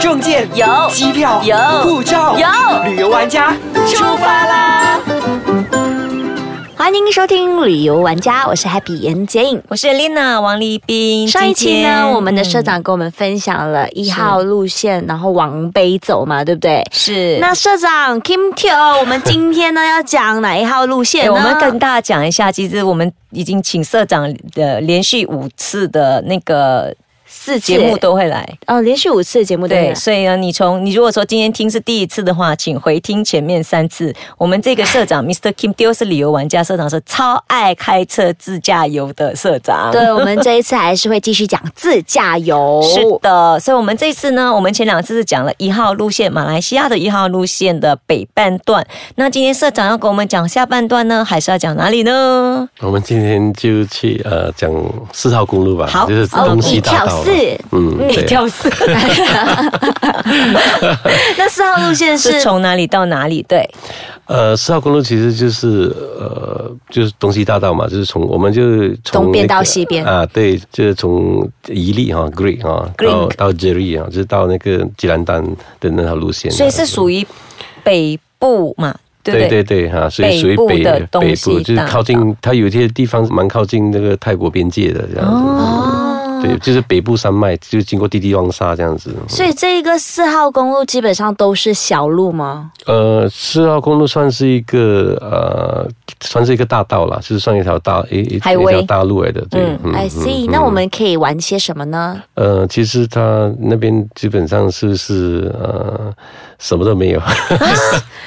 证件有机票有护照有旅游玩家出发啦！欢迎收听旅游玩家，我是 Happy 严洁颖。我是 Lina 王立斌。上一期今呢，天嗯我们的社长跟我们分享了一号路线，然后往北走嘛，对不对？是哎那社长 Kim t o 我们今天呢要讲哪一号路线诶呢？哎我们跟大家讲一下，其实我们已经请社长的连续五次的那个四次节目都会来。哦，连续五次的节目都对，有所以呢，你从你如果说今天听是第一次的话，请回听前面三次。我们这个社长 Mr. Kim 丢是旅游玩家社长，是超爱开车自驾游的社长。对，我们这一次还是会继续讲自驾游。是的，所以我们这次呢，我们前两次是讲了一号路线，马来西亚的一号路线的北半段。那今天社长要跟我们讲下半段呢，还是要讲哪里呢？我们今天就去呃讲四号公路吧，好就是哦东，西一大跳道了。四，嗯，对，四 那四号路线是是从哪里到哪里？对，呃，四号公路其实就是呃就是东西大道嘛，就是从我们就从、东边到西边啊，对，就是从宜力哈 Great 哈 Green 到到 Jerry 啊，就是到那个吉兰丹的那条路线啊，所以是属于北部嘛，对不对对？对对哈，所以北属于部北的东北西部，就是大靠近它有一些地方蛮靠近那个泰国边界的这样子。哦对，就是北部山脉，就经过弟弟旺沙这样子。所以这一个四号公路基本上都是小路吗？呃，四号公路算是一个呃，算是一个大道啦，就是算一条大一一一 Highway 条大路来的。对，嗯嗯 I see，、那我们可以玩些什么 呢？呃，其实它那边基本上是是呃，什么都没有。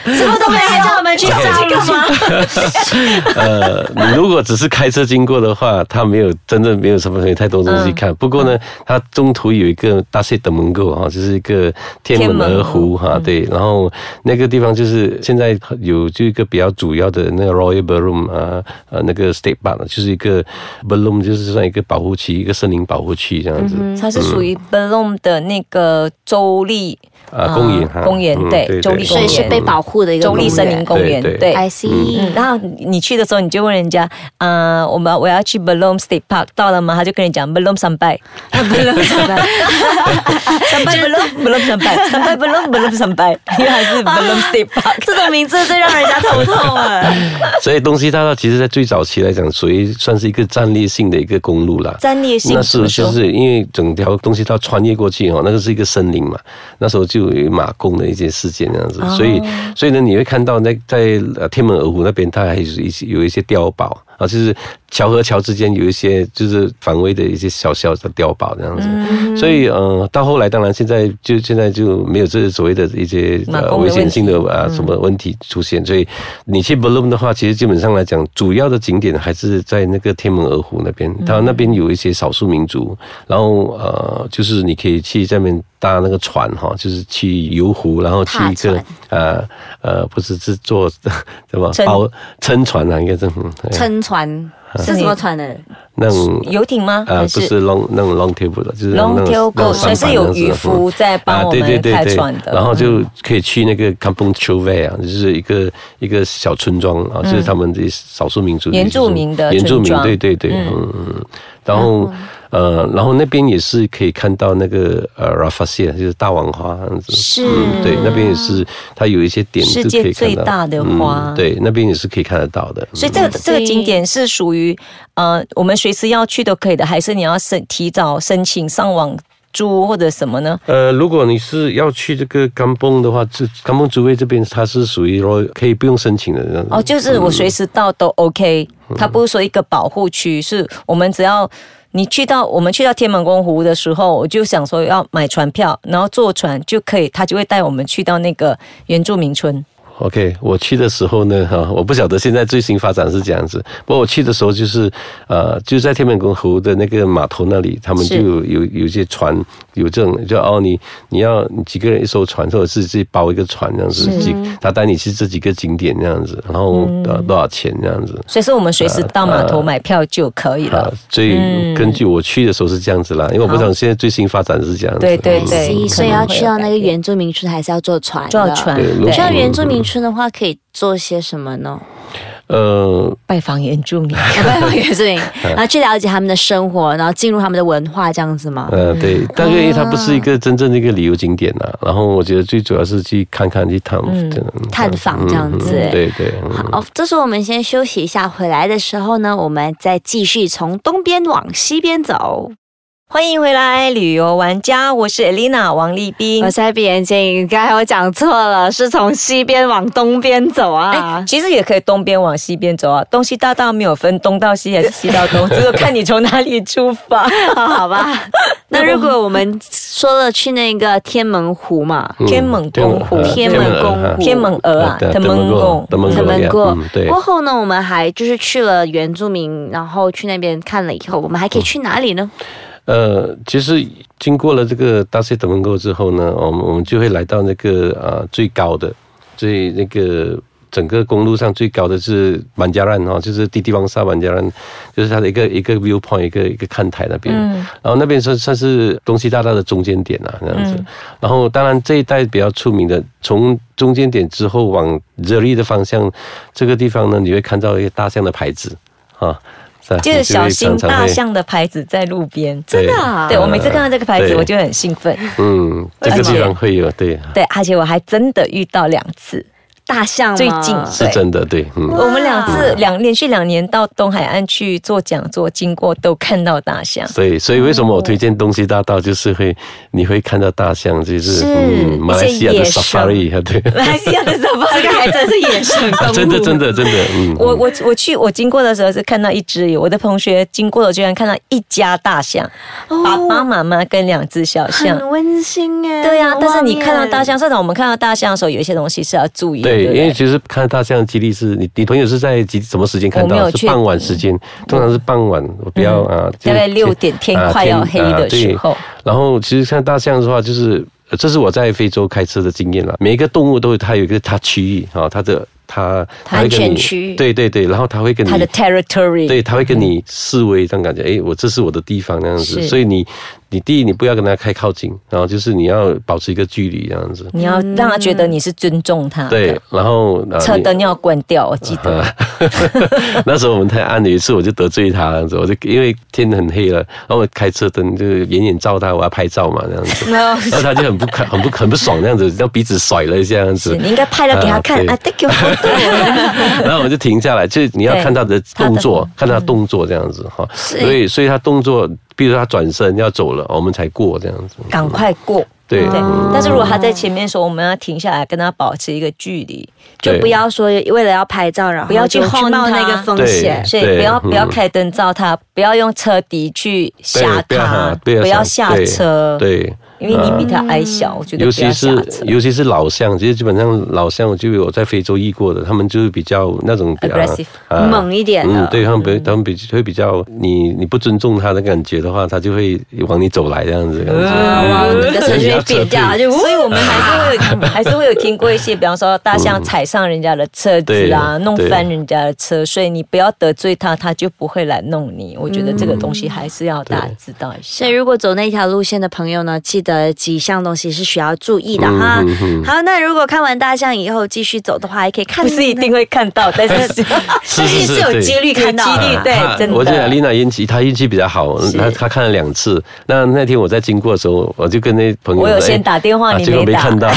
什么都没有，叫我们去上干嘛？ 呃，你如果只是开车经过的话，它没有真正没有什么太多东西看。不过呢，它中途有一个大西德门沟哈，就是一个天门嗯鹅湖哈，对。然后那个地方就是现在有就一个比较主要的那个 Royal Balloon 啊，呃，那个 State Park 就是一个 Balloon，就是算一个保护区，一个森林保护区这样子。它是属于 Belong 的那个州立啊公园呃公园嗯对对州立对公所以是园被保护的一个州立森林公园对对对。 I see，、嗯，然后你去的时候，你就问人家，呃，我们我要去 Belong State Park 到了吗？他就跟你讲 Belong 三拜啊，Belong 三拜， 三拜 Belong Belong 三拜，三拜 Belong Belong 三拜，因为还是 Belong State Park。这种名字最让人家头痛了。所以东西大道其实在最早期来讲，属于算是一个战略性的一个公路啦。战略性 那怎么是说就是因为整条东西它穿越过去哦，那个是一个森林嘛，那时候就有马公的一些事件这样子，哦所以所以呢，你会看到那在呃天门鹅湖那边，它还有一些有一些碉堡啊，就是桥和桥之间有一些就是防卫的一些小小的碉堡这样子，嗯所以呃，到后来当然现在就现在就没有这所谓的一些马呃公的危险问性的啊嗯什么问题出现，所以你去 Balloon 的话，其实基本上来讲，主要的景点还是在那个天门鹅湖那嗯边，它那边有一些少数民族，然后呃，就是你可以去这边搭那个船哈，就是去游湖，然后去踏一个船呃呃，不是是坐 什么撑包撑船啊，应该是嗯哎撑船是什么船呢？那种游艇吗？啊，还不是 long 那种 long table 的，就是 Long 那种 tail 那 boat，种所以帆是有那样子渔夫嗯在帮啊我对们对对开对船的嗯然后就可以去那个 Kampung c h o v e 啊，就是一个一个小村庄啊，就是他们的少数民族嗯的原住民的原住村民，庄对对对，嗯嗯。然后呃，然后那边也是可以看到那个呃 Rafflesia，就是大王花这样子，是嗯，对，那边也是它有一些点世是可以界最看到大的花嗯，对，那边也是可以看得到的。嗯所以这个这个所以景点是属于呃，我们随时要去都可以的，还是你要申提早申请上网租或者什么呢？呃，如果你是要去这个甘崩的话，这甘崩诸位这边它是属于说可以不用申请的这样子。哦，就是我随时到嗯都 OK，、它不是说一个保护区，是我们只要你去到我们去到天门宫湖的时候，我就想说要买船票，然后坐船就可以，他就会带我们去到那个原住民村。 OK，我去的时候呢，哈、我不晓得现在最新发展是这样子。不过我去的时候就是，呃，就在天门宫湖的那个码头那里，他们是就有有有一些船有这种，就哦，你你要你几个人一艘船，或者是自己包一个船这样子，几他带你去这几个景点这样子，然后、嗯呃多少钱这样子。所以说，我们随时到码头买票就可以了。啊，所嗯以根据我去的时候是这样子啦，因为我不知道现在最新发展是这样子。对对嗯对所以所以可能要会有去到改那个变原住民村，还是要坐船？坐船，呃对如去果到原住民村的话，可以做些什么呢？呃，拜访原住民。 原住民，然后去了解他们的生活，然后进入他们的文化，这样子吗？呃，对，但因为它不是一个真正的一个旅游景点呐、然后我觉得最主要是去看看、去探、探访这样子嗯对对，好，这时候我们先休息一下，回来的时候呢，我们再继续从东边往西边走。 欢迎回来，旅游玩家，我是 Elena 王丽斌哎我。在闭眼睛，刚才我讲错了，是从西边往东边走啊哎，。其实也可以东边往西边走啊，东西大道没有分东到西还是西到 东，只有看你从哪里出发。 好吧，哎那如果我们说了去那个天门湖嘛，嗯天猛公湖，天天猛门公湖天猛鹅啊，对天猛公，天猛我鹅们过嗯对过后呢，我们还就是去了原住民，然后去那边看了以后，我们还可以去哪里呢？呃，其实经过了这个大西德文沟之后呢，我们我们就会来到那个啊最高的、最那个整个公路上最高的是班加兰哈，哦就是滴滴王沙班加兰，就是它的一个一个 viewpoint，一个一个看台那边。嗯然后那边算算是东西大道的中间点啊，这样子。嗯然后当然这一带比较出名的，从中间点之后往热力的方向，这个地方呢，你会看到一个大象的牌子啊。是吧就是小你心就会常常大会象的牌子在路边。对真的啊 对，我每次看到这个牌子，对我就很兴奋。嗯，这个地方会有，对，对，而且我还真的遇到两次，大象吗啊最近是真的，对，嗯，我们两次两连续两年到东海岸去做讲座，经过都看到大 象。所以所以为什么我推荐东西大道，就是会你会看到大象，就是是嗯，马来西亚一些野的生 safari 啊，对，马来西亚的什么？这个还真是野生动啊物。真的真的真的，嗯， 我我我去我经过的时候是看到一只，我的同学经过了居然看到一家大象，爸爸妈妈跟两只小象。很温馨哎。对呀、那种但是你画面看到大，象，社长，我们看到大象的时候，有一些东西是要注意的。对，不因为其实看大象的几率是你你朋友是在几什么时间看我没到？有是确嗯傍晚时间，通常是傍晚，我比较啊，就大概六点天啊快要黑的时候啊对然后其实看大象的话，就是呃这是我在非洲开车的经验了。每一个动物都有它有一个它区域啊，它的它它会跟安全你区域对对对，然后它会跟你它的 territory，对，他会跟你示威，这样感觉，诶，我这是我的地方那样子，是所以你，你第一你不要跟他太靠近，然后就是你要保持一个距离这样子，你要让他觉得你是尊重他的。对，然后呃车你啊灯要关掉，我记得。 那时候我们太暗了，有一次我就得罪他，这样子，我就因为天很黑了，然后我开车灯就是远远照他，我要拍照嘛，这样子， 哦然后然后他就很不开，很不很不爽这样子，然后鼻子甩了一下这样子是，你应该拍了给他看对啊，take your photo。然后我们就停下来，就是你要对看他的动作，他看的他的动作这样子哈。所以，所以他动作，比如说他转身要走了，我们才过这样子。赶快过。对对嗯，但是如果他在前面说，我们要停下来跟他保持一个距离，就对不要说为了要拍照，然后不要去就晃冒那它个风对险。所以对不要嗯不要开灯照他，不要用车笛去吓对他，不要不要想下车，对，嗯因为你比他矮小，我觉得尤不要下其是车。尤其是老象，其实基本上老象，我就有我在非洲遇过的，他们就是比较那种比较 Aggressive，啊猛一点的嗯，对他们比他们比会比较你你不尊重他的感觉的话，他就会往你走来这样子。啊哇，嗯你的程你序要被撤扁掉，退就 所以我们还是会有还是会有听过一些，比方说大象踩上人家的车子啊，对弄翻人家的车，所以你不要得罪他，他就不会来弄你。我觉得这个东西还是要大家知道一下所以，。如果走那条路线的朋友呢，记得几项东西是需要注意的哈。嗯嗯嗯好，那如果看完大象以后继续走的话，还可以看不是一定会看到，但是 是是是有对几率看到的，有几率对他，真的。我觉得丽娜运气，她运气比较好，她她看了两次。那那天我在经过的时候，我就跟那朋友，我有哎先打电话啊你结果没没打看到。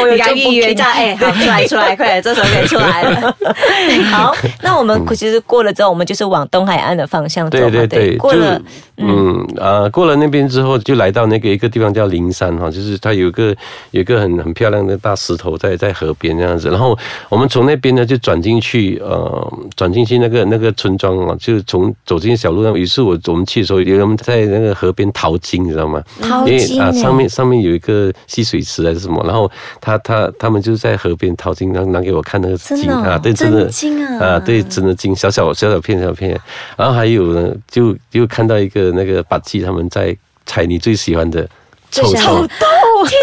我有你赶紧预约一下， 哎、好，出来出来，快点，这时候可以出来了。 好，那我们其实过了之后，我们就是往东海岸的方向走嘛。嗯对对对，过就了嗯啊，过了那边之后，就来到那个一个地方叫灵山哈，就是它有一个有一个很很漂亮的大石头在在河边这样子，然后我们从那边呢就转进去呃转进去那个那个村庄啊，就从走进小路上，于是我我们去的时候，有人在那个河边淘金，你知道吗？哦淘因金为啊欸上面上面有一个吸水池还是什么，然后他他他们就在河边淘金，然后拿给我看那个真的金哦啊，对，真的真金啊啊，对，真的金，小小小小片小片，啊然后还有呢，就就看到一个那个把记他们在采你最喜欢的臭豆，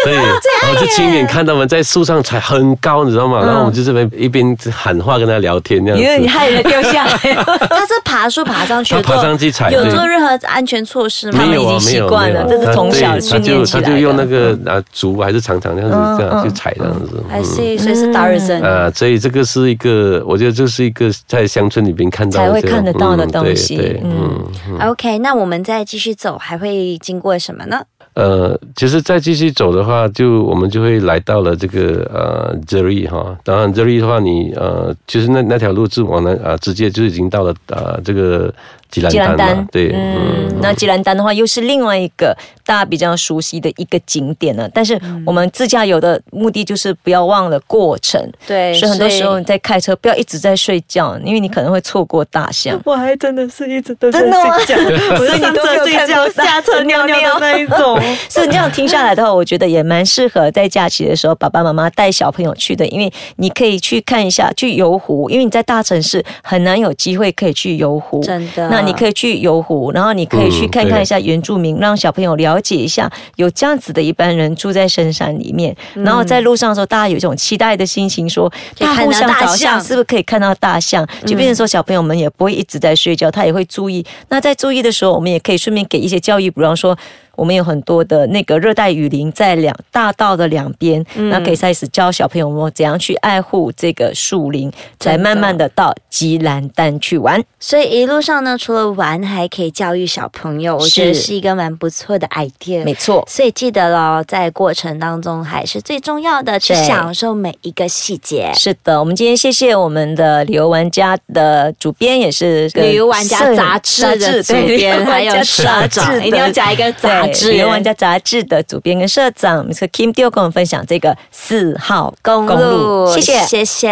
对，然后就亲眼看他们在树上踩很高，你知道吗？然后我们就这边一边喊话跟他聊天那因为样你子。害人掉下来。他是爬树爬上去，他爬有做上去踩有对做任何安全措施吗？他们没有啊已，经没习有，惯没有了这是他从对小训他练就起他来的嗯就用那个啊竹还是长长这样子这样去踩这样子。还嗯是所以是达尔森。啊，所以这个是一个，我觉得就是一个在乡村里边看到的才会这种看得到的东西嗯对对嗯嗯 OK，那我们再继续走，还会经过什么呢？呃，其实再继续走的话，就我们就会来到了这个呃这里哈。当然这里的话你，呃，就是那那条路是往南啊、呃直接就已经到了啊、呃这个吉兰吉兰丹嘛，丹，对，嗯嗯，那吉兰丹的话，又是另外一个大家比较熟悉的一个景点了。但是我们自驾游的目的就是不要忘了过程，对所以很多时候所以你在开车不要一直在睡觉，因为你可能会错过大象。我还真的是一直都在真的吗 睡觉，我所以是你上都没有车睡看觉，过大下车尿尿的那一种。所以你这样听下来的话，我觉得也蛮适合在假期的时候，爸爸妈妈带小朋友去的，因为你可以去看一下，去游湖，因为你在大城市很难有机会可以去游湖。真的那你可以去游湖，然后你可以去嗯看对看一下原住民，让小朋友了解一下有这样子的一般人住在深山里面。然后在路上的时候，大家有一种期待的心情说，嗯可以大看到互相大找象嗯象是不是可以看到大象？就变成说小朋友们也不会一直在睡觉，他也会注意。那在注意的时候，我们也可以顺便给一些教育，比方说。我们有很多的那个热带雨林在两大道的两边，嗯那可以开始教小朋友们怎样去爱护这个树林，才慢慢的到吉兰丹去玩。所以一路上呢，除了玩，还可以教育小朋友，我觉得是是一个蛮不错的 idea。没错，所以记得咯，在过程当中还是最重要的，去对享受每一个细节。是的，我们今天谢谢我们的旅游玩家的主编，也是旅游玩家杂志的主编，还有社长，一定要加一个杂志。旅游玩家杂志的主编跟社长，我们是 Kim 丢跟我们分享这个四号公路，谢谢。谢谢。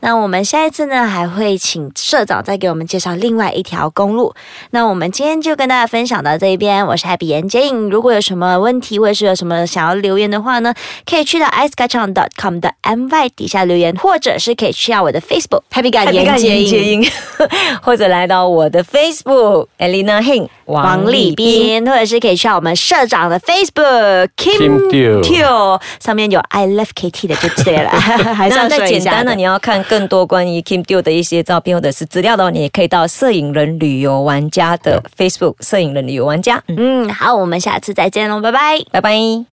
那我们下一次呢，还会请社长再给我们介绍另外一条公路。那我们今天就跟大家分享到这一边，我是 Happy 严静。如果有什么问题，或者是有什么想要留言的话呢，可以去到 i c e k a c h a n g c o m 的 my 底下留言，或者是可以去到我的 Facebook Happy 感严严洁静。莹， 或者来到我的 Facebook Elena Hing 王立。斌，或者是可以去到我们社长的 Facebook Kim Teo Teo，上面有 I Love KT 的就对了， 还是那要再说一简下单的，你要看更多关于 Kim Deal 的一些照片或者是资料的话，你也可以到摄影人旅游玩家的 Facebook 摄影人旅游玩家。嗯，嗯，好，我们下次再见喽，拜拜。拜拜。